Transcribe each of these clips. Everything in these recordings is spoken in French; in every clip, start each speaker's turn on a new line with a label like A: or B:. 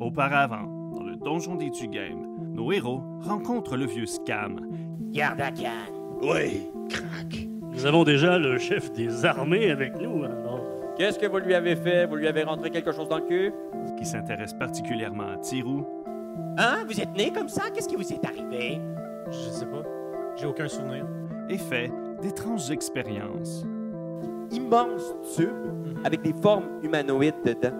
A: Auparavant, dans le donjon des Tugames, nos héros rencontrent le vieux Scam.
B: Gardacan.
C: Oui, crac.
D: Nous avons déjà le chef des armées avec nous. hein, alors.
E: Qu'est-ce que vous lui avez fait? Vous lui avez rentré quelque chose dans le cul?
A: qui s'intéresse particulièrement à Tirou.
B: Hein? Vous êtes né comme ça? Qu'est-ce qui vous est arrivé?
F: Je sais pas. J'ai aucun souvenir.
A: et fait d'étranges expériences.
E: Immense tube avec des formes humanoïdes dedans.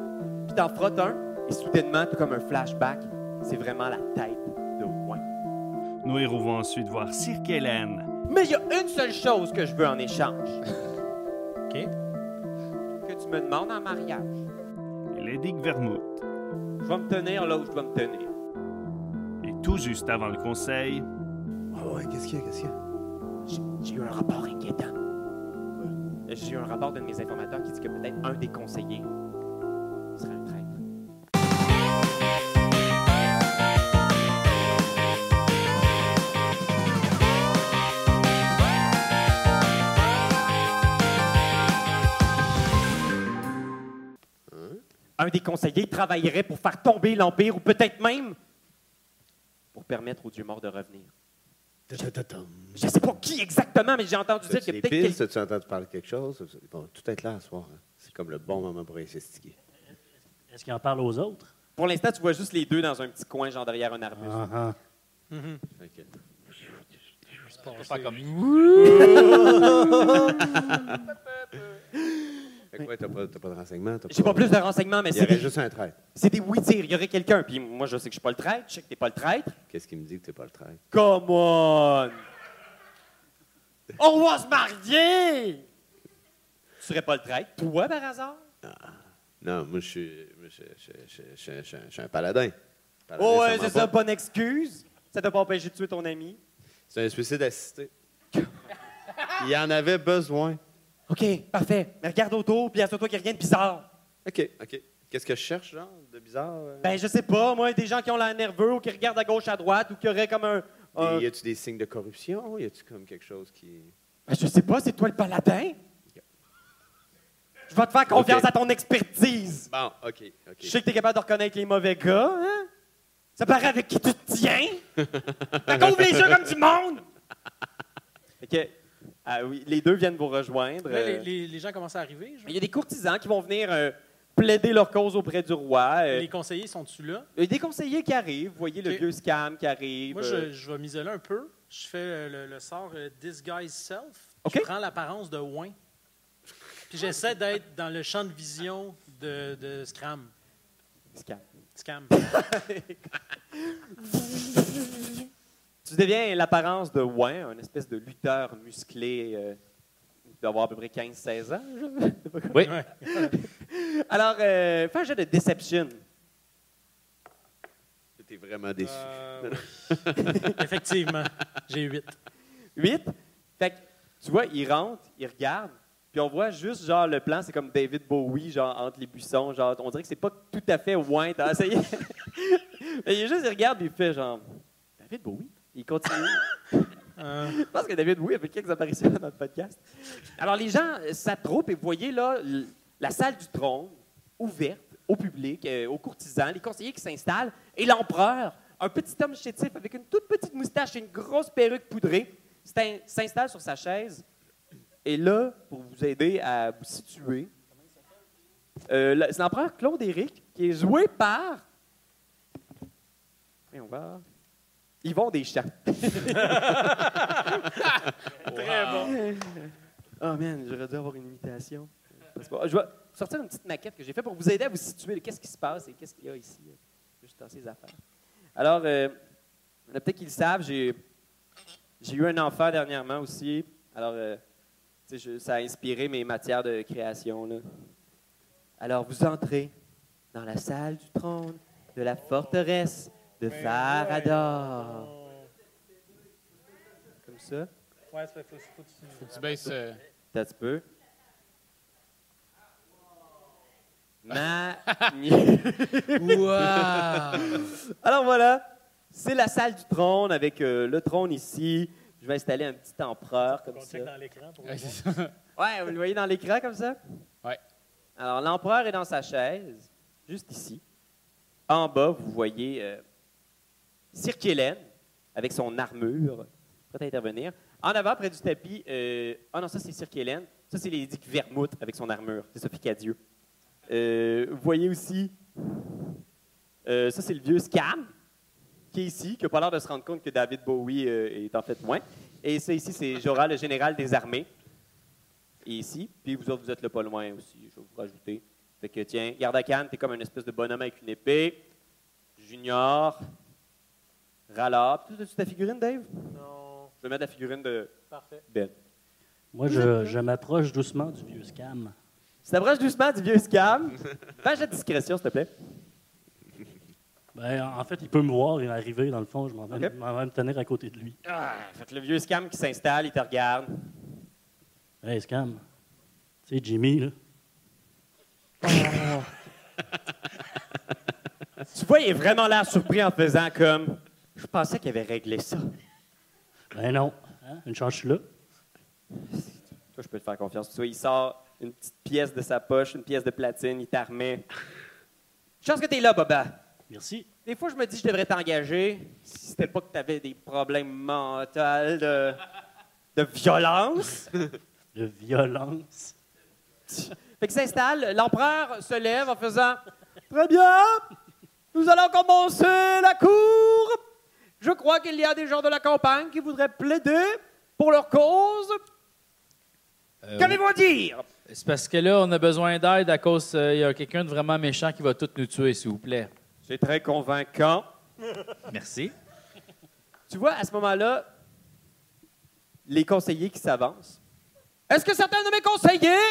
E: Puis t'en frottes un et soudainement, t'as comme un flashback. C'est vraiment la tête de Wayne.
A: Nos héros vont ensuite voir Cirque Hélène.
E: Mais il y a une seule chose que je veux en échange.
F: OK.
E: Que tu me demandes en mariage.
A: et Lady Vermouth.
E: Je vais me tenir là où je dois me tenir.
A: Et tout juste avant le conseil,
C: Ah ouais, qu'est-ce qu'il y a, qu'est-ce qu'il y a?
B: J'ai- J'ai eu un rapport inquiétant.
E: Euh, J'ai eu un rapport d'un de mes informateurs qui dit que peut-être un des conseillers serait un traître. Un des conseillers travaillerait pour faire tomber l'Empire ou peut-être même pour permettre aux dieux morts de revenir.
C: Ta-ta-ta-tam.
E: Je sais pas qui exactement, mais j'ai entendu dire que
C: T'as-tu des
E: peut-être quel-
C: pistes? As-tu entendu parler de quelque chose? Bon, tout être là ce soir. hein. C'est comme le bon moment pour aller s'estiquer.
D: Est-ce qu'il en parle aux autres?
E: Pour l'instant, tu vois juste les deux dans un petit coin, genre derrière un arbuste.
D: Ah, ah.
F: Pas comme
C: Fait quoi, t'as pas, t'as pas de renseignements? t'as
E: J'ai pas plus de renseignements, mais
C: Il y
E: c'est
C: aurait
E: des,
C: juste un trait.
E: c'est des oui-dire. Il y aurait quelqu'un. Puis moi, je sais que je suis pas le traître. Je sais que t'es pas le traître.
C: Qu'est-ce qui me dit que t'es pas le trait?
E: Come on! On va se marier! Tu serais pas le traître, toi, par hasard?
C: Ah, Non, moi, je suis moi, je- je- je- je- je- je- je suis un paladin. Paladin,
E: Oh, ouais,
C: ment
E: c'est ça, bonne excuse. Ça t'a pas empêché de tuer ton ami?
C: C'est un suicide assisté. Il en avait besoin.
E: OK, parfait. Mais regarde autour, puis assure-toi qu'il n'y a rien de bizarre.
C: OK, OK. Qu'est-ce que je cherche, genre, de bizarre? euh?
E: Ben, je sais pas, moi, des gens qui ont l'air nerveux ou qui regardent à gauche, à droite ou qui auraient comme un. un-
C: Des- Y a-tu des signes de corruption? Y a-tu comme quelque chose qui.
E: Ben, je sais pas, c'est toi le paladin? Je vais te faire confiance
C: Ok.
E: à ton expertise.
C: Bon, OK, OK.
E: Je sais que t'es capable de reconnaître les mauvais gars, hein? Ça paraît avec qui tu te tiens? Fait qu'on ouvre les yeux comme du monde! OK. Ah oui, les deux viennent vous rejoindre.
F: Là, Ben, les,
E: Euh,
F: les- les gens commencent à arriver. je-
E: Il y a des courtisans qui vont venir euh, plaider leur cause auprès du roi. Euh,
F: Les conseillers sont-tu là?
E: il y a des conseillers qui arrivent. Vous voyez le
F: Ok.
E: vieux scam qui arrive. euh,
F: Moi, je, je vais m'isoler un peu. Je fais euh, le, le sort euh, Disguise Self.
E: OK.
F: Je prends l'apparence de Wayne. Puis j'essaie d'être dans le champ de vision de, de Scram.
E: Scam.
F: Scam.
E: Tu deviens l'apparence de Wayne, un espèce de lutteur musclé euh, d'avoir à peu près 15-16 ans. je- je sais pas quoi.
C: Oui.
F: Ouais.
E: Alors, euh, fais un jeu de Deception.
C: T'es vraiment déçu.
F: Euh, oui. Effectivement, j'ai 8.
E: 8. Fait que, tu vois, il rentre, il regarde, puis on voit juste, genre, le plan, c'est comme David Bowie, genre, entre les buissons, genre, on dirait que c'est pas tout à fait Wayne, t'as essayé. Mais il est juste, il regarde, puis il fait, genre, David Bowie? Il continue.
F: Euh,
E: Je pense que David Bowie a fait quelques apparitions dans notre podcast. Alors, les gens euh, s'attroupent et vous voyez là l- la salle du trône ouverte au public, euh, aux courtisans, les conseillers qui s'installent et l'empereur, un petit homme chétif avec une toute petite moustache et une grosse perruque poudrée, s'in- s'installe sur sa chaise. Et là, pour vous aider à vous situer, euh, le- c'est l'empereur Claude Éric qui est joué par. Et on va. Yvon Deschamps.
F: Très bon.
E: Oh man, j'aurais dû avoir une imitation. Parce que- je vais sortir une petite maquette que j'ai faite pour vous aider à vous situer. de Qu'est-ce qui se passe et qu'est-ce qu'il y a ici? euh, Juste dans ces affaires. Alors, euh, il y en a peut-être qui le savent, j'ai, j'ai eu un enfant dernièrement aussi. Alors, euh, tu sais, je- ça a inspiré mes matières de création. là. Alors, vous entrez dans la salle du trône de la forteresse de Farador. Comme ça.
F: Ouais, c'est- faut- faut- faut-
G: Tu baisses. euh,
E: T'as tu peu. Magnifique.
G: Euh, Wow!
E: Alors voilà, c'est la salle du trône avec euh, le trône ici. Je vais installer un petit empereur comme
F: qu'on
E: ça.
F: check dans l'écran pour
G: Ouais,
F: voir.
G: c'est ça.
E: Ouais, vous le voyez dans l'écran comme ça?
G: Ouais.
E: Alors l'empereur est dans sa chaise, juste ici. en bas, vous voyez euh, Cirque Hélène, avec son armure, prête à intervenir. En avant, près du tapis, euh, ah non, ça c'est Cirque Hélène. Ça c'est Lady Vermouth avec son armure. C'est Sophie Cadieux. Euh, vous voyez aussi, euh, ça c'est le vieux Scam, qui est ici, qui n'a pas l'air de se rendre compte que David Bowie euh, est en fait moins. Et ça ici, c'est Jorah, le général des armées. Et ici, puis vous autres, vous êtes là pas loin aussi, je vais vous rajouter. Fait que tiens, garde à canne, t'es comme un espèce de bonhomme avec une épée. Junior, Rala. Tu as-tu ta figurine, Dave?
F: Non.
E: Je vais mettre la figurine de
F: Parfait.
E: Ben.
D: Moi, je, je m'approche doucement du vieux scam.
E: Tu t'approches doucement du vieux scam. Fais un jet de discrétion, s'il te plaît.
D: Ben, en fait, il peut me voir et arriver, dans le fond, je m'en vais,
E: Ok.
D: m'en vais me tenir à côté de lui.
E: Ah, fait que le vieux scam qui s'installe, il te regarde.
D: Hey, scam. Tu sais, Jimmy, là.
E: Tu vois, il est vraiment l'air surpris en faisant comme Je pensais qu'il avait réglé ça. Toi,
D: Ben non. Hein? Une chance, je suis là.
E: je peux te faire confiance. Tu vois, il sort une petite pièce de sa poche, une pièce de platine, il t'armait. Chance que t'es là, Baba.
D: Merci.
E: Des fois, je me dis je devrais t'engager si c'était pas que t'avais des problèmes mentaux de, de violence.
D: De violence.
E: Fait qu'il s'installe, l'empereur se lève en faisant Très bien, nous allons commencer la cour. Je crois qu'il y a des gens de la campagne qui voudraient plaider pour leur cause.
G: Euh,
E: Qu'avez-vous à dire
G: C'est parce que là, on a besoin d'aide à cause euh, il y a quelqu'un de vraiment méchant qui va tout nous tuer, s'il vous plaît.
E: C'est très convaincant.
G: Merci.
E: Tu vois, à ce moment-là, les conseillers qui s'avancent. Est-ce que certains de mes conseillers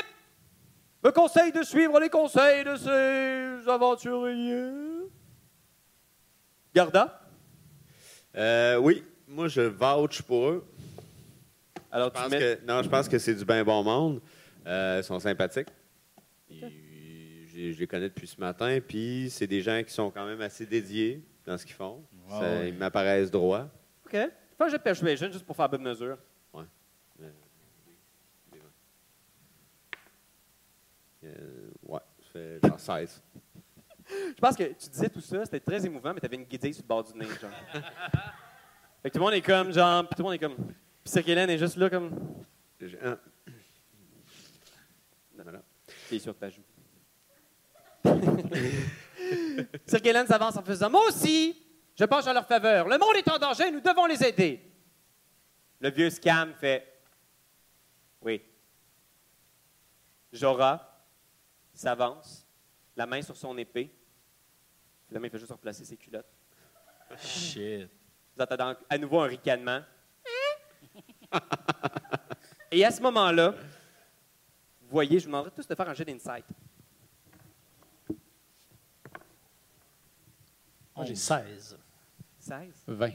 E: me conseillent de suivre les conseils de ces aventuriers? Garda?
C: Euh, oui, moi, je vouch pour eux.
E: Alors,
C: Je pense
E: tu mets...
C: que- non, je pense que c'est du bien bon monde. Euh, ils sont sympathiques. Ils- je, je les connais depuis ce matin. Puis, c'est des gens qui sont quand même assez dédiés dans ce qu'ils font.
G: Wow.
C: Ça- Ils m'apparaissent droits.
E: OK. Fais un jet de persuasion juste pour faire bonne mesure.
C: Euh, ouais, ça fait genre 16.
E: Je pense que tu disais tout ça, c'était très émouvant, mais t'avais une guidée sur le bord du nez, genre. fait que tout le monde est comme, genre, puis tout le monde est comme... Puis Cirque Hélène est juste là comme...
C: Je- ah. Voilà.
E: T'es sur ta joue. Cirque Hélène s'avance en faisant « Moi aussi, je penche en leur faveur. Le monde est en danger, nous devons les aider. » Le vieux scam fait « Oui. » Jorah s'avance, la main sur son épée. La main fait juste replacer ses culottes.
G: Shit.
E: Vous entendez en- à nouveau un ricanement. Et à ce moment-là, vous voyez, je vous demanderai tous de faire un jet d'insight.
D: Moi, j'ai
G: Onze.
D: 16.
E: 16?
G: 20.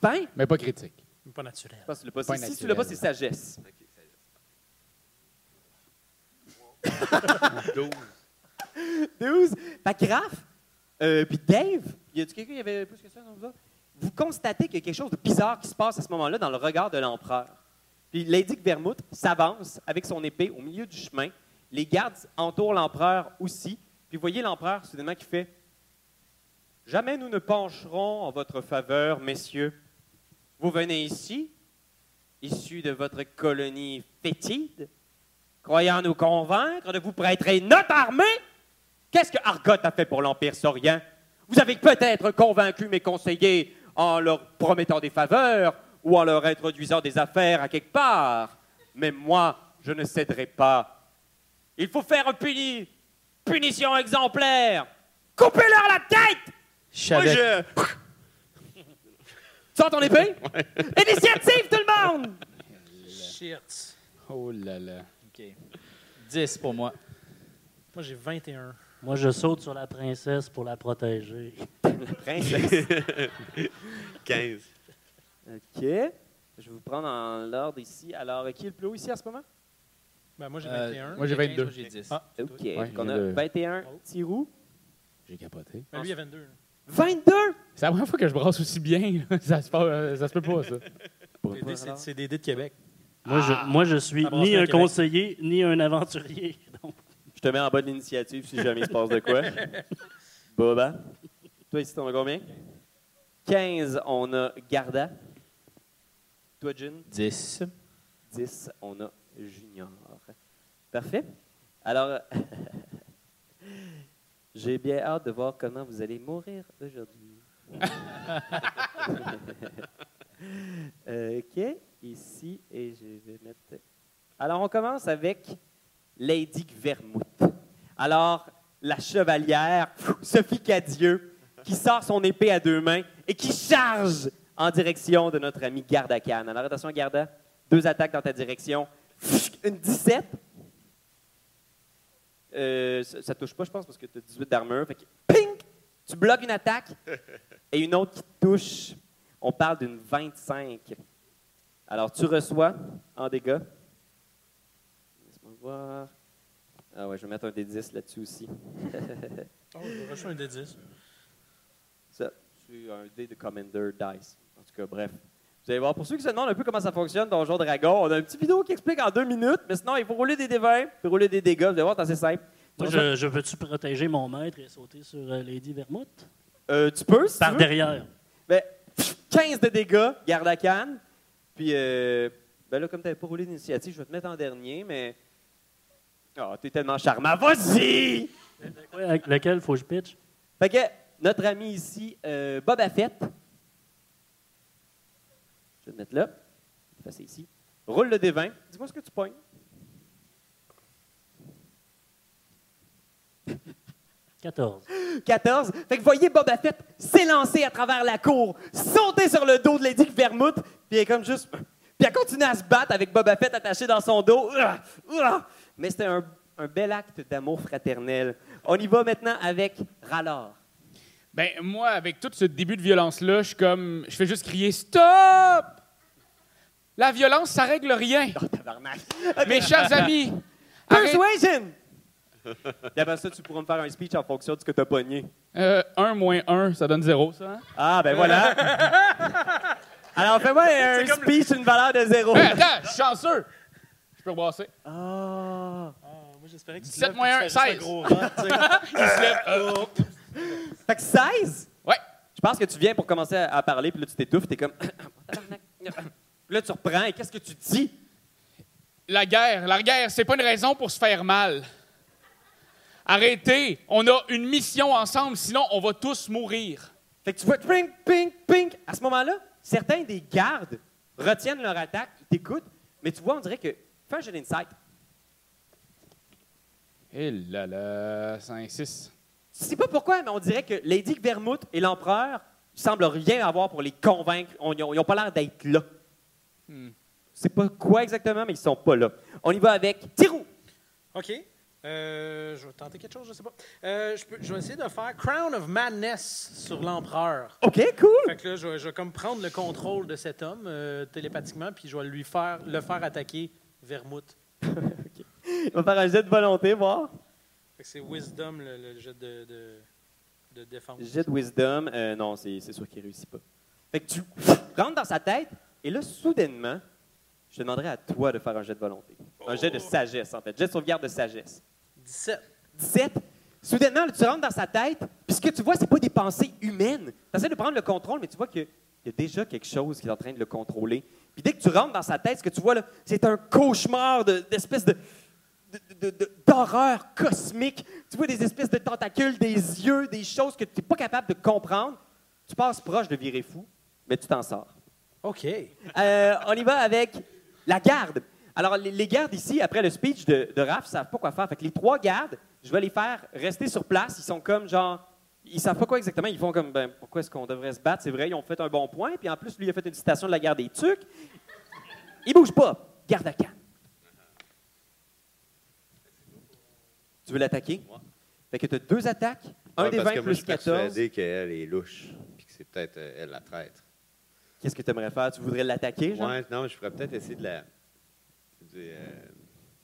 E: 20? Je
G: Mais pas critique.
F: Pas naturel.
E: pense que tu l'as pas.
G: Pas
E: Si tu l'as pas, c'est
G: naturel.
E: sagesse.
C: 12.
E: 12. Fait que Raph, euh, puis Dave, y a-tu quelqu'un qui avait plus que ça dans vous autres? Vous constatez qu'il y a quelque chose de bizarre qui se passe à ce moment-là dans le regard de l'empereur. Puis Lady Vermouth s'avance avec son épée au milieu du chemin. Les gardes entourent l'empereur aussi. Puis vous voyez l'empereur soudainement qui fait Jamais nous ne pencherons en votre faveur, messieurs. Vous venez ici, issus de votre colonie fétide, croyant nous convaincre de vous prêter notre armée Qu'est-ce que Argot a fait pour l'Empire saurien? Vous avez peut-être convaincu mes conseillers en leur promettant des faveurs ou en leur introduisant des affaires à quelque part. Mais moi, je ne céderai pas. Il faut faire puni- punition exemplaire. Coupez-leur la tête!
G: Je
C: Moi,
G: savais-
C: je.
E: Sors ton épée! Initiative, tout le monde!
F: Shit.
G: Oh là là. OK. 10 pour moi.
F: Moi, j'ai 21.
D: Moi, je saute sur la princesse pour la protéger.
E: Princesse.
C: 15.
E: OK. Je vais vous prendre en l'ordre ici. Alors, qui est le plus haut ici en ce moment?
F: Ben, moi, j'ai
G: Euh,
F: 21.
G: moi, j'ai 22.
F: Moi, j'ai 10.
G: Ah.
E: OK.
H: Ouais,
E: on a
H: le-
E: 21 Tirou.
H: J'ai capoté.
F: Ben, lui, il a 22. là.
E: 22!
H: C'est la première fois que je brasse aussi bien. là. Ça se, passe- ça se peut pas, ça.
F: Les dés, c'est- C'est des dés de Québec.
D: Moi, je, moi, je suis
F: Ah, bon,
D: ni
F: c'est
D: un
F: Québec.
D: conseiller, ni un aventurier. Donc,
E: Je te mets en bas de l'initiative si jamais il se passe de quoi. Boba. Toi, ici, t'en as combien? 15, on a Garda. Toi, Jin?
G: 10.
E: 10, on a Junior. Parfait. Alors, j'ai bien hâte de voir comment vous allez mourir aujourd'hui. OK, ici, et je vais mettre... Alors, on commence avec Lady Vermouth. Alors, la chevalière, Sophie Cadieux, qui sort son épée à deux mains et qui charge en direction de notre ami Garda Khan. Alors, attention, Garda, deux attaques dans ta direction. Une 17. Euh, ça, ça touche pas, je pense, parce que tu as 18 d'armure. Fait que, ping! Tu bloques une attaque et une autre qui te touche. On parle d'une 25. Alors, tu reçois en dégâts. Laisse-moi voir. Ah ouais, je vais mettre un D10 là-dessus aussi.
F: Oh, j'ai reçu un D10.
E: Ça, c'est un dé de Commander Dice. En tout cas, bref. Vous allez voir, pour ceux qui se demandent un peu comment ça fonctionne, Donjon Dragon, on a une petite vidéo qui explique en deux minutes, mais sinon, il faut rouler des D20, puis rouler des dégâts. Vous allez voir, c'est assez simple.
D: Moi, je, je veux-tu protéger mon maître et sauter sur euh, Lady Vermouth?
E: Euh, tu peux, si tu
D: Par
E: veux.
D: derrière.
E: Ben, 15 de dégâts, garde la canne. Puis, euh, ben là, comme tu pas roulé d'initiative, je vais te mettre en dernier, mais. Oh, t'es tellement charmant. Vas-y!
D: Ouais, avec lequel faut que je pitch?
E: Fait que notre ami ici, euh, Boba Fett, je vais le mettre là, Je vais passer ici, roule le D20. Dis-moi ce que tu pognes.
D: « 14.
E: 14. Fait que voyez Boba Fett s'élancer à travers la cour, sauter sur le dos de Lady Vermouth, puis elle est comme juste. Puis elle continue à se battre avec Boba Fett attaché dans son dos. Ouah! Ouah! Mais c'était un, un bel acte d'amour fraternel. On y va maintenant avec Rallor.
H: Ben, moi, avec tout ce début de violence-là, je suis comme. Je fais juste crier Stop! La violence, ça règle rien.
E: Oh, tabarnak.
H: Mes chers amis, arrête-
E: Persuasion! Et après ça, tu pourras me faire un speech en fonction de ce que t'as pogné.
H: Euh, 1 moins 1, ça donne 0, ça. hein?
E: Ah, ben voilà. Alors, fais-moi un speech, une valeur de zéro.
G: Oh.
H: Hey, attends, je suis chanceux. Je peux brasser.
E: Ah.
F: moi, j'espérais que tu
H: 17 moins 1, 16.
E: Fait que 16?
H: Ouais.
E: Je pense que tu viens pour commencer à, à parler, puis là, tu t'étouffes, t'es comme... Tabarnak. Puis là, tu reprends, et qu'est-ce que tu dis?
H: La guerre, la guerre, c'est pas une raison pour se faire mal. Arrêtez, on a une mission ensemble, sinon on va tous mourir.
E: Fait que tu vois, ping, ping, ping. À ce moment-là, certains des gardes retiennent leur attaque, ils t'écoutent, mais tu vois, on dirait que... Fais un jeu d'insight.
H: Et Eh là là, 5, 6.
E: Je sais pas pourquoi, mais on dirait que Lady Vermouth et l'empereur semblent rien avoir pour les convaincre. On- Ils ont, ils ont pas l'air d'être là. Je sais pas quoi exactement, mais ils sont pas là. On y va avec Tirou.
F: OK. Euh, je vais tenter quelque chose, je sais pas. Euh, je, peux- je vais essayer de faire Crown of Madness sur l'empereur.
E: OK, cool.
F: Fait que là, je vais, je vais comme prendre le contrôle de cet homme euh, télépathiquement, puis je vais lui faire, le faire attaquer Vermouth.
E: On va faire un jet de volonté, voir.
F: Fait que c'est Wisdom, le, le jet de, de, de défense.
E: Jet de wisdom. Euh, non, c'est c'est sûr qu'il réussit pas. Fait que tu rentres dans sa tête, et là, soudainement, je te demanderai à toi de faire un jet de volonté. Un jet de sagesse, en fait. Jet de sauvegarde de sagesse.
F: 17.
E: 17. Soudainement, là, tu rentres dans sa tête, puis ce que tu vois, c'est pas des pensées humaines. Tu essaies de prendre le contrôle, mais tu vois qu'il y a déjà quelque chose qui est en train de le contrôler. Puis dès que tu rentres dans sa tête, ce que tu vois, là, c'est un cauchemar de- d'espèces de, de- de- de- d'horreur cosmique. Tu vois des espèces de tentacules, des yeux, des choses que tu n'es pas capable de comprendre. Tu passes proche de virer fou, mais tu t'en sors.
F: OK.
E: Euh, on y va avec la garde. Alors, les, les gardes ici, après le speech de, de Raph, savent pas quoi faire. Fait que les trois gardes, je vais les faire rester sur place. Ils sont comme genre. Ils savent pas quoi exactement. Ils font comme ben, pourquoi est-ce qu'on devrait se battre C'est vrai, ils ont fait un bon point. Puis en plus, lui, il a fait une citation de la guerre des Tucs. Il bouge pas. Garde à canne. Tu veux l'attaquer Fait que tu as deux attaques. Un
C: Ouais,
E: des
C: parce
E: 20
C: que moi, je
E: plus
C: suis
E: 14.
C: persuadé qu'elle est louche, puis que c'est peut-être euh, elle la traître.
E: Qu'est-ce que tu aimerais faire Tu voudrais l'attaquer genre?
C: Ouais, non, mais je pourrais peut-être essayer de la. de, euh,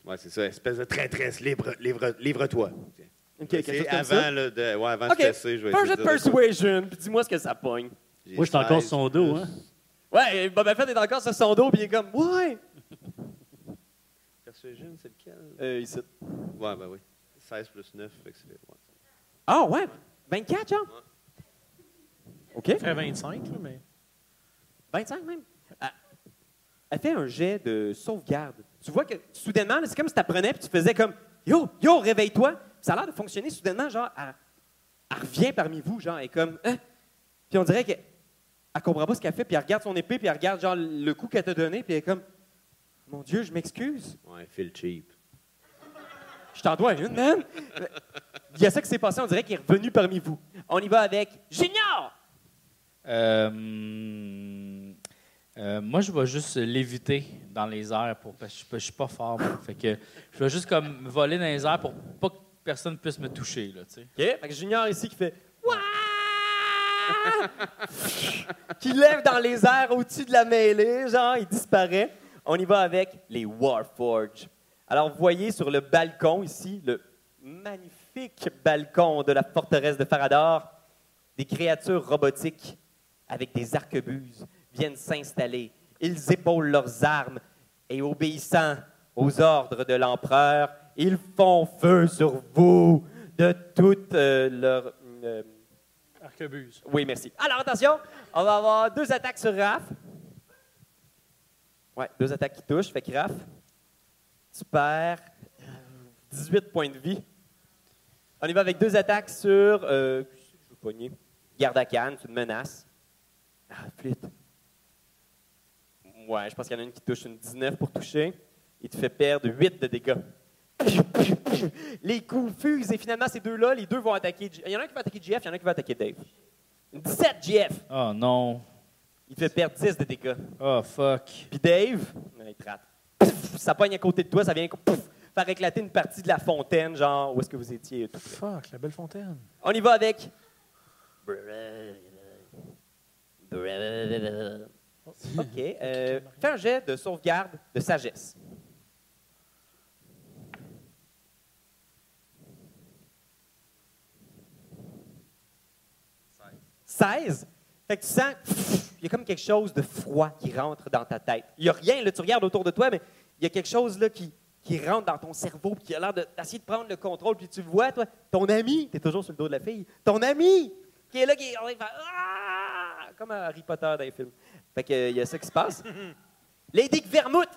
C: ouais, c'est ça, espèce de traîtresse, livre, livre, livre-toi.
E: Ok,
C: Je vais
E: quelque chose
C: essayer
E: comme
C: avant,
E: ça.
C: là, de, ouais, avant
E: Ok,
C: de stresser, Ah, je vais
E: Fais un jeu
C: essayer de
E: de
C: dire de quoi.
E: persuasion, puis dis-moi ce que ça pogne.
C: J'ai
D: Moi, je suis encore
C: 16
D: sur son dos.
C: plus.
D: Hein?
E: Ouais, et Boba Fett est encore sur son dos, puis il est comme, ouais!
C: Persuasion, c'est lequel?
E: Euh, ici.
C: Ouais, ben oui. 16 plus 9, fait que c'est. ouais.
E: Ah, ouais! 24, genre? OK.
F: Ça ferait 25, là, mais.
E: 25 même. Elle, elle fait un jet de sauvegarde. Tu vois que soudainement, là, c'est comme si tu apprenais puis tu faisais comme Yo, yo, réveille-toi. Puis Ça a l'air de fonctionner soudainement, genre, elle, elle revient parmi vous, genre, elle est comme Hein? Puis on dirait qu'elle elle comprend pas ce qu'elle fait, puis elle regarde son épée, puis elle regarde, genre, le coup qu'elle t'a donné, puis elle est comme Mon Dieu, je m'excuse.
C: Ouais, feel cheap.
E: Je t'en dois une, man. Il y a ça qui s'est passé, on dirait qu'il est revenu parmi vous. On y va avec Junior!
G: Euh, euh, moi, je vais juste l'éviter dans les airs pour, parce que je suis pas- je suis pas fort. moi. Fait que je vais juste comme voler dans les airs pour pas que personne puisse me toucher. Là, tu sais.
E: OK? Fait que Junior ici qui fait Ouah! qui lève dans les airs au-dessus de la mêlée, genre, il disparaît. On y va avec les Warforges. Alors, vous voyez sur le balcon ici, le magnifique balcon de la forteresse de Faradar, des créatures robotiques avec des arquebuses viennent s'installer. Ils épaulent leurs armes et, obéissant aux ordres de l'empereur, ils font feu sur vous de toutes euh, leurs. euh,
F: Arquebuse.
E: oui, merci. Alors, attention, on va avoir deux attaques sur Raph. Ouais, deux attaques qui touchent. Fait que Raph, tu perds euh, 18 points de vie. On y va avec deux attaques sur. Euh, qu'est-ce que je veux pogner? Garde à canne, c'est une menace. Ah, flûte. Ouais, je pense qu'il y en a une qui touche une 19 pour toucher. Il te fait perdre 8 de dégâts. Les coups fusent et finalement, ces deux-là, les deux vont attaquer. J- Il y en a un qui va attaquer Jeff, il y en a un qui va attaquer Dave. Une 17, Jeff.
G: Oh non.
E: Il fait perdre 10 de dégâts.
G: Oh fuck.
E: Puis Dave, euh, il te rate. Pouf, ça pogne à côté de toi, ça vient pouf, faire éclater une partie de la fontaine, genre où est-ce que vous étiez. tout.
F: Fuck, la belle fontaine.
E: On y va avec. OK. euh, fais un jet de sauvegarde de sagesse. Seize. Fait que tu sens, pff, il y a comme quelque chose de froid qui rentre dans ta tête. Il n'y a rien, là, tu regardes autour de toi, mais il y a quelque chose là, qui, qui rentre dans ton cerveau, puis qui a l'air de- d'essayer de, prendre le contrôle, puis tu le vois, toi, ton ami, tu es toujours sur le dos de la fille, ton ami qui est là, qui est en train de faire Ah! comme à Harry Potter dans les films. Fait que, euh, il y a ça qui se passe. Lady Vermouth,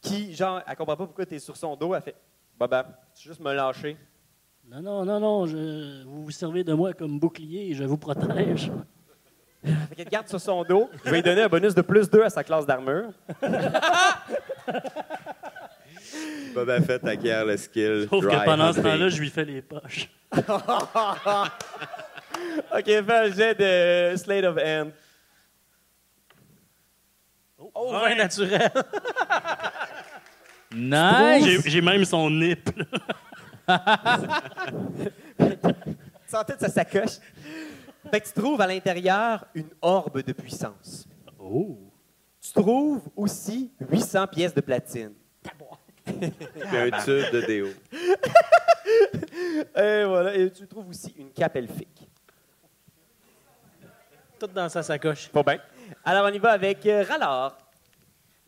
E: qui, genre, elle comprend pas pourquoi tu es sur son dos, elle fait Baba, tu veux juste me lâcher.
D: Non, non, non, non, je- vous vous servez de moi comme bouclier et je vous protège.
E: Fait qu'elle te garde sur son dos. Je vais lui donner un bonus de plus 2 à sa classe d'armure.
C: Boba Fett acquiert le skill.
D: Sauf
C: dry
D: que pendant ce
C: humping.
D: temps-là, je lui fais les poches.
E: OK, fais un jet de Slate of Hand.
F: Oh, vin naturel.
D: J'ai
G: Nice.
D: j'ai même son nip. là.
E: Tu sentais de sa sacoche. Fait que tu trouves à l'intérieur une orbe de puissance.
D: Oh!
E: Tu trouves aussi 800 pièces de platine.
C: Puis un tube de déo.
E: Et voilà, et tu trouves aussi une cape elfique.
F: Tout dans sa sacoche.
E: Bon ben. Alors on y va avec euh, Rallor.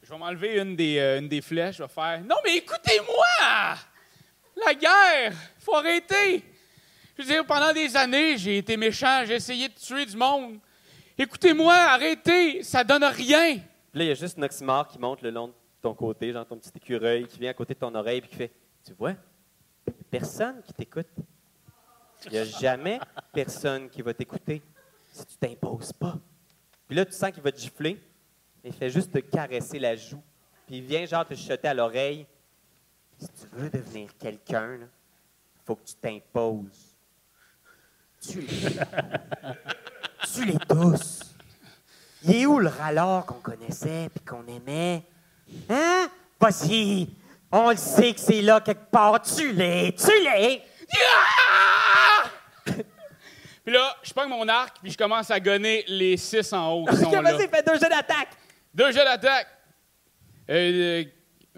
H: Je vais m'enlever une des, euh, une des flèches, je vais faire Non, mais écoutez-moi! La guerre! Faut arrêter! Je veux dire, pendant des années, j'ai été méchant, j'ai essayé de tuer du monde. Écoutez-moi, arrêtez! Ça donne rien!
E: Puis Là, il y a juste un oxymore qui monte le long de ton côté, genre ton petit écureuil qui vient à côté de ton oreille puis qui fait Tu vois, y a personne qui t'écoute. Il n'y a jamais personne qui va t'écouter si tu t'imposes pas. Puis là, tu sens qu'il va te gifler, mais il fait juste te caresser la joue. Puis il vient genre te chuchoter à l'oreille Si tu veux devenir quelqu'un, il faut que tu t'imposes. Tu les. tu les tous. Il est où le râleur qu'on connaissait puis qu'on aimait? Hein? Vas-y! On le sait que c'est là quelque part. Tu l'es! Tu l'es!
H: Puis là, je prends mon arc, puis je commence à gonner les six en haut qui sont là.
E: Vas-y, fais deux jeux d'attaque!
H: Deux jets d'attaque! Euh, euh,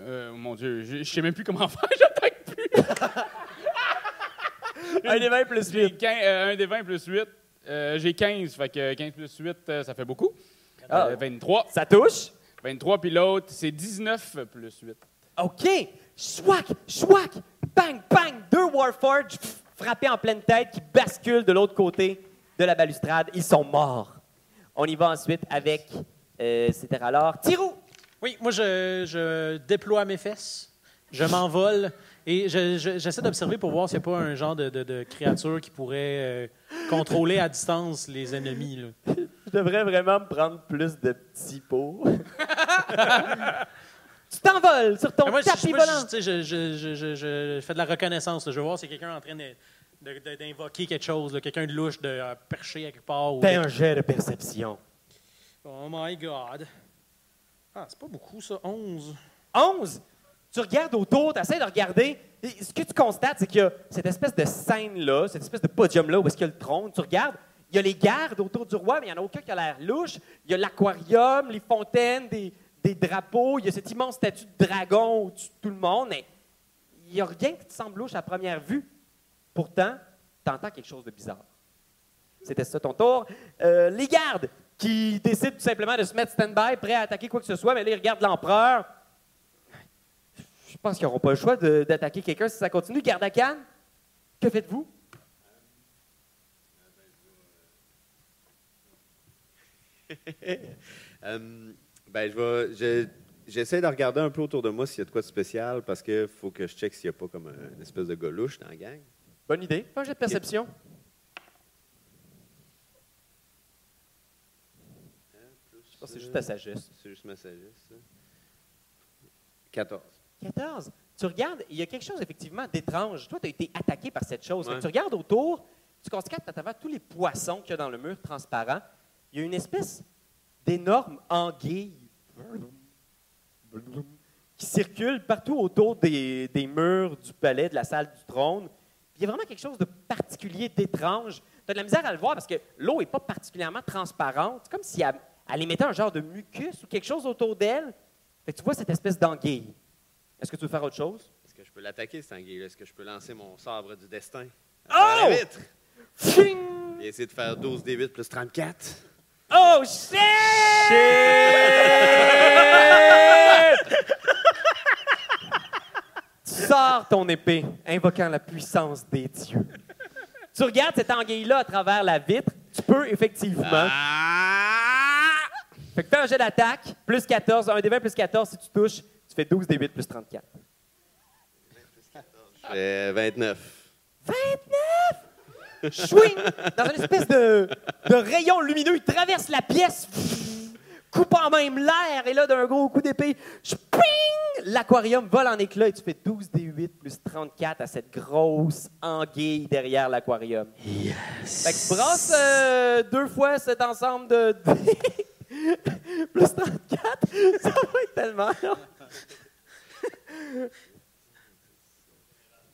H: euh, mon Dieu, je, je sais même plus comment faire, j'attaque plus!
E: Un des 20 plus
H: J'ai quin- euh, un des 20 plus 8. euh, j'ai 15, fait que 15 plus 8, euh, ça fait beaucoup.
E: Ah.
H: Euh, 23.
E: Ça touche?
H: 23, puis l'autre, c'est 19 plus 8.
E: OK! Chouac! Chouac! Bang! Bang! Deux Warforges pff, frappés en pleine tête qui basculent de l'autre côté de la balustrade. Ils sont morts. On y va ensuite avec, euh, c'était alors, Tirou!
F: Oui, moi, je, je déploie mes fesses, je m'envole et je- je- j'essaie d'observer pour voir s'il n'y a pas un genre de, de- de créature qui pourrait euh, contrôler à distance les ennemis. là.
E: Je devrais vraiment me prendre plus de petits pots. tu t'envoles sur ton
F: Mais moi, je-
E: tapis
F: moi, je-
E: volant.
F: tu sais, je, je- je- je- je fais de la reconnaissance. là. Je veux voir si quelqu'un est en train de- de- de- d'invoquer quelque chose, là, quelqu'un de louche, de euh, percher à quelque part. ou-
B: Fais
E: Ben,
B: un jet de perception.
F: Oh my God. Ah, c'est pas beaucoup, ça. 11.
E: 11, tu regardes autour, tu essaies de regarder. Et ce que tu constates, c'est qu'il y a cette espèce de scène-là, cette espèce de podium-là où est-ce qu'il y a le trône. Tu regardes, il y a les gardes autour du roi, mais il n'y en a aucun qui a l'air louche. Il y a l'aquarium, les fontaines, des, des drapeaux. Il y a cette immense statue de dragon au-dessus de tout le monde. Mais il n'y a rien qui te semble louche à première vue. Pourtant, tu entends quelque chose de bizarre. C'était ça ton tour. Euh, les gardes qui décident tout simplement de se mettre stand-by, prêts à attaquer quoi que ce soit, mais là, ils regardent l'empereur. Je pense qu'ils n'auront pas le choix de- d'attaquer quelqu'un si ça continue. Garde à Cannes, que faites-vous?
C: Euh, ben, je vais. je- J'essaie de regarder un peu autour de moi s'il y a de quoi de spécial parce que faut que je check s'il n'y a pas comme un- une espèce de gars louche dans la gang.
E: Bonne idée. Pas un jet de perception. Je pense que c'est juste ta sagesse.
C: C'est juste ma sagesse, ça. 14.
E: 14. Tu regardes, il y a quelque chose effectivement d'étrange. Toi, tu as été attaqué par cette chose.
C: Ouais.
E: Tu regardes autour, tu constates à travers tous les poissons qu'il y a dans le mur transparent, il y a une espèce d'énorme anguille qui circule partout autour des, des murs du palais, de la salle du trône. Puis Il y a vraiment quelque chose de particulier, d'étrange. Tu as de la misère à le voir parce que l'eau n'est pas particulièrement transparente. C'est comme si elle, elle émettait un genre de mucus ou quelque chose autour d'elle. Fait que tu vois cette espèce d'anguille. Est-ce que tu veux faire autre chose?
C: Est-ce que je peux l'attaquer, cette anguille-là? Est-ce que je peux lancer mon sabre du destin?
E: Oh!
C: À la vitre!
E: Ching!
C: Et essayer de faire 12 des 8 plus 34.
E: Oh shit! tu sors ton épée, invoquant la puissance des dieux. Tu regardes cette anguille-là à travers la vitre. Tu peux effectivement. Fait que fais un jet d'attaque, plus 14, un des 20 plus 14, si tu touches, tu fais 12 des 8 plus 34.
C: Je fais 29.
E: 29! Chouing! Dans une espèce de, de rayon lumineux, il traverse la pièce, coupant même l'air, et là, d'un gros coup d'épée, chouing! L'aquarium vole en éclats et tu fais 12 des 8 plus 34 à cette grosse anguille derrière l'aquarium. Fait que tu brasses euh, deux fois cet ensemble de. plus 34, ça va être tellement long.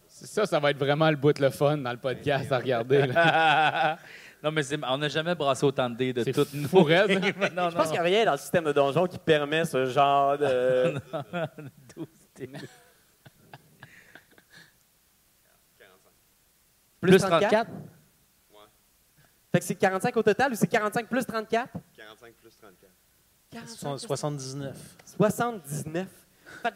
H: Ça, ça va être vraiment le bout de le fun dans le podcast à regarder. là.
G: Non, mais c'est- on n'a jamais brassé autant de dés de
H: C'est
G: toute
H: fou raide. hein?
G: non,
E: Je pense qu'il n'y a rien dans le système de donjon qui permet ce genre de. Plus, 34? Fait que c'est 45 au total ou c'est 45 plus 34?
C: 45 plus 34.
F: 79.
E: 79. Fait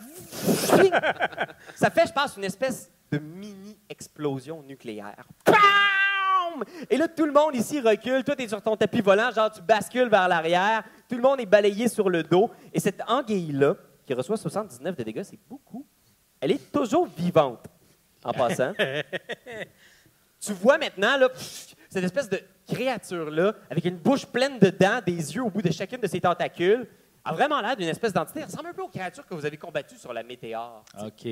E: que- Ça fait, je pense, une espèce de mini-explosion nucléaire. Bam! Et là, tout le monde ici recule. Toi, t'es sur ton tapis volant, genre tu bascules vers l'arrière. Tout le monde est balayé sur le dos. Et cette anguille-là, qui reçoit 79 de dégâts, c'est beaucoup. Elle est toujours vivante, en passant. tu vois maintenant là, pff, cette espèce de créature-là, avec une bouche pleine de dents, des yeux au bout de chacune de ses tentacules, a vraiment l'air d'une espèce d'entité. Elle ressemble un peu aux créatures que vous avez combattues sur la météore.
G: OK.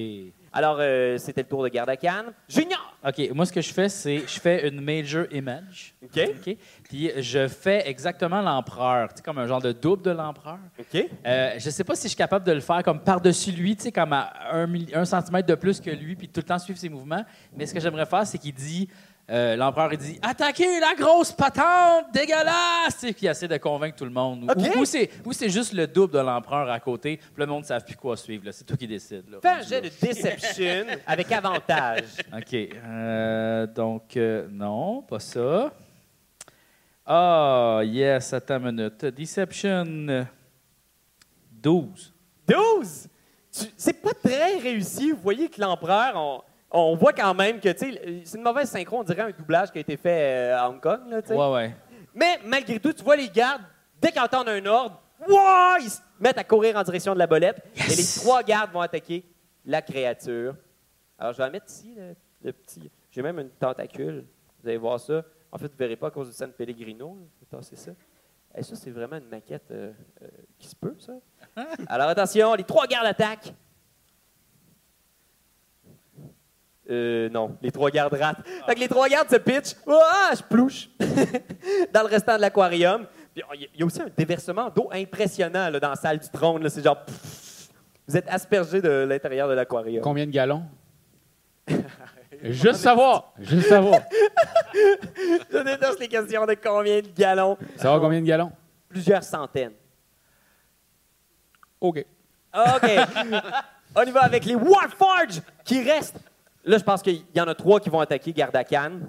E: Alors, euh, c'était le tour de Gardacan. Junior!
G: OK, moi, ce que je fais, c'est je fais une major image.
E: OK.
G: OK. Puis je fais exactement l'empereur. Tu sais, comme un genre de double de l'empereur.
E: OK.
G: Euh, je sais pas si je suis capable de le faire comme par-dessus lui, tu sais, comme à un, milli- un centimètre de plus que lui, puis tout le temps suivre ses mouvements. Mais ce que j'aimerais faire, c'est qu'il dit, euh, l'empereur, il dit Attaquez la grosse patente, dégueulasse! Tu sais, Puis il essaie de convaincre tout le monde. Ou-
E: OK.
G: Ou, c'est, ou c'est juste le double de l'empereur à côté, puis le monde ne savent plus quoi suivre. là. C'est toi qui décides. là.
E: Fais un jet de Deception avec avantage.
G: OK. euh, donc, euh, non, pas ça. Ah, yes, attends une minute. Deception 12.
E: 12! Tu- C'est pas très réussi. Vous voyez que l'empereur, on, on voit quand même que, tu sais, c'est une mauvaise synchro, on dirait un doublage qui a été fait euh, à Hong Kong, là, tu sais.
G: Ouais, ouais.
E: Mais malgré tout, tu vois les gardes Dès qu'ils entendent un ordre, Ouah! ils se mettent à courir en direction de la bolette.
G: Yes!
E: Et les trois gardes vont attaquer la créature. Alors, je vais la mettre ici, le, le petit. J'ai même une tentacule. Vous allez voir ça. En fait, vous ne verrez pas à cause de San Pellegrino. là. Je vais tasser ça. Et ça, c'est vraiment une maquette euh, euh, qui se peut, ça. Alors, attention, les trois gardes attaquent. Euh, non, les trois gardes ratent. Fait que les trois gardes se pitchent. Ah, je plouche. dans le restant de l'aquarium. Puis, oh, Il y a- il y a aussi un déversement d'eau impressionnant là, dans la salle du trône. là. C'est genre. pff, vous êtes aspergé de l'intérieur de l'aquarium.
H: Combien de gallons? Juste savoir. Juste savoir.
E: Je déteste les questions de combien de gallons.
H: Savoir combien de gallons?
E: Plusieurs centaines.
H: OK.
E: OK. On y va avec les Warforges qui restent. Là, je pense qu'il y en a trois qui vont attaquer Gardakan.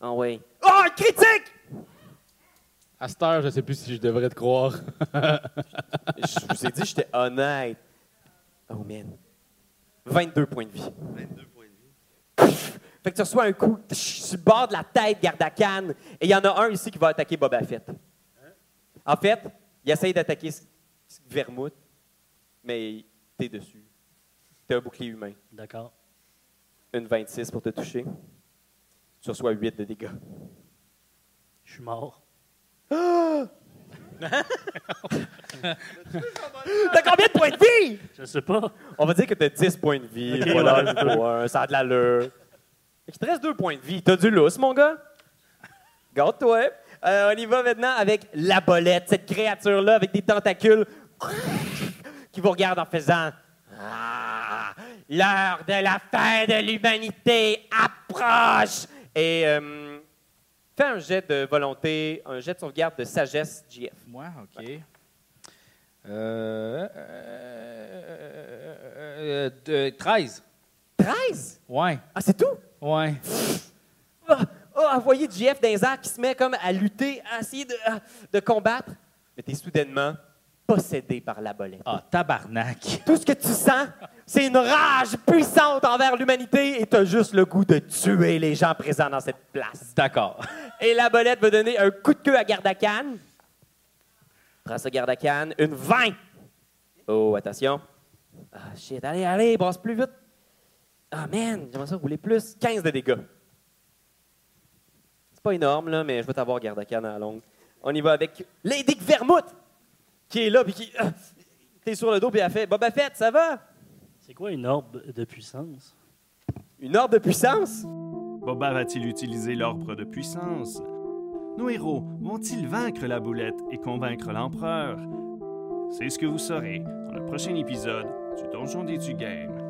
E: Ah oui. Oh, critique!
H: À cette heure, je sais plus si je devrais te croire.
E: Je vous ai dit, j'étais honnête. Oh man. 22 points de vie.
C: 22 points de vie.
E: Fait que tu reçois un coup tch, sur le bord de la tête, Gardakan, et il y en a un ici qui va attaquer Boba Fett.
C: Hein?
E: En fait, il essaye d'attaquer ce- ce Vermouth, mais t'es dessus. T'as un bouclier humain.
D: D'accord.
E: Une 26 pour te toucher. Tu reçois 8 de dégâts.
D: Je suis mort.
E: T'as combien de points de vie?
D: Je sais pas.
E: On va dire que t'as 10 points de vie.
D: Ok,
E: voilà,
D: ouais.
E: c'est pour un, ça a de l'allure. Fait qu'il te reste 2 points de vie. T'as du lousse, mon gars. Garde-toi. Euh, on y va maintenant avec la bolette, cette créature-là avec des tentacules qui vous regarde en faisant Ah, L'heure de la fin de l'humanité approche! Et euh, fais un jet de volonté, un jet de sauvegarde de sagesse, JF.
G: Moi, OK. Euh, euh, euh, euh, de- 13.
E: 13?
G: Ouais,
E: Ah, c'est tout?
G: ouais.
E: Ah, ah, vous voyez JF dans les airs qui se met comme à lutter, à essayer de, ah, de combattre. Mais t'es soudainement possédé par la bolette.
G: Ah, tabarnak.
E: Tout ce que tu sens, c'est une rage puissante envers l'humanité et t'as juste le goût de tuer les gens présents dans cette place.
G: D'accord.
E: Et la bolette va donner un coup de queue à Gardakan. Prends ça, Gardakan. Une 20. Oh, attention. Ah, shit. Allez, allez, brasse plus vite. Ah, man, j'aimerais ça rouler plus. 15 de dégâts. C'est pas énorme, là, mais je vais t'avoir Gardakan à la longue. On y va avec Lady Vermouth, qui est là, puis qui. ah, T'es sur le dos, puis elle fait Boba Fett, ça va
D: C'est quoi une orbe de puissance?
E: Une ordre de puissance
A: Boba va-t-il utiliser l'orbre de puissance? Nos héros vont-ils vaincre la boulette et convaincre l'empereur? C'est ce que vous saurez dans le prochain épisode du Donjon des Tugames.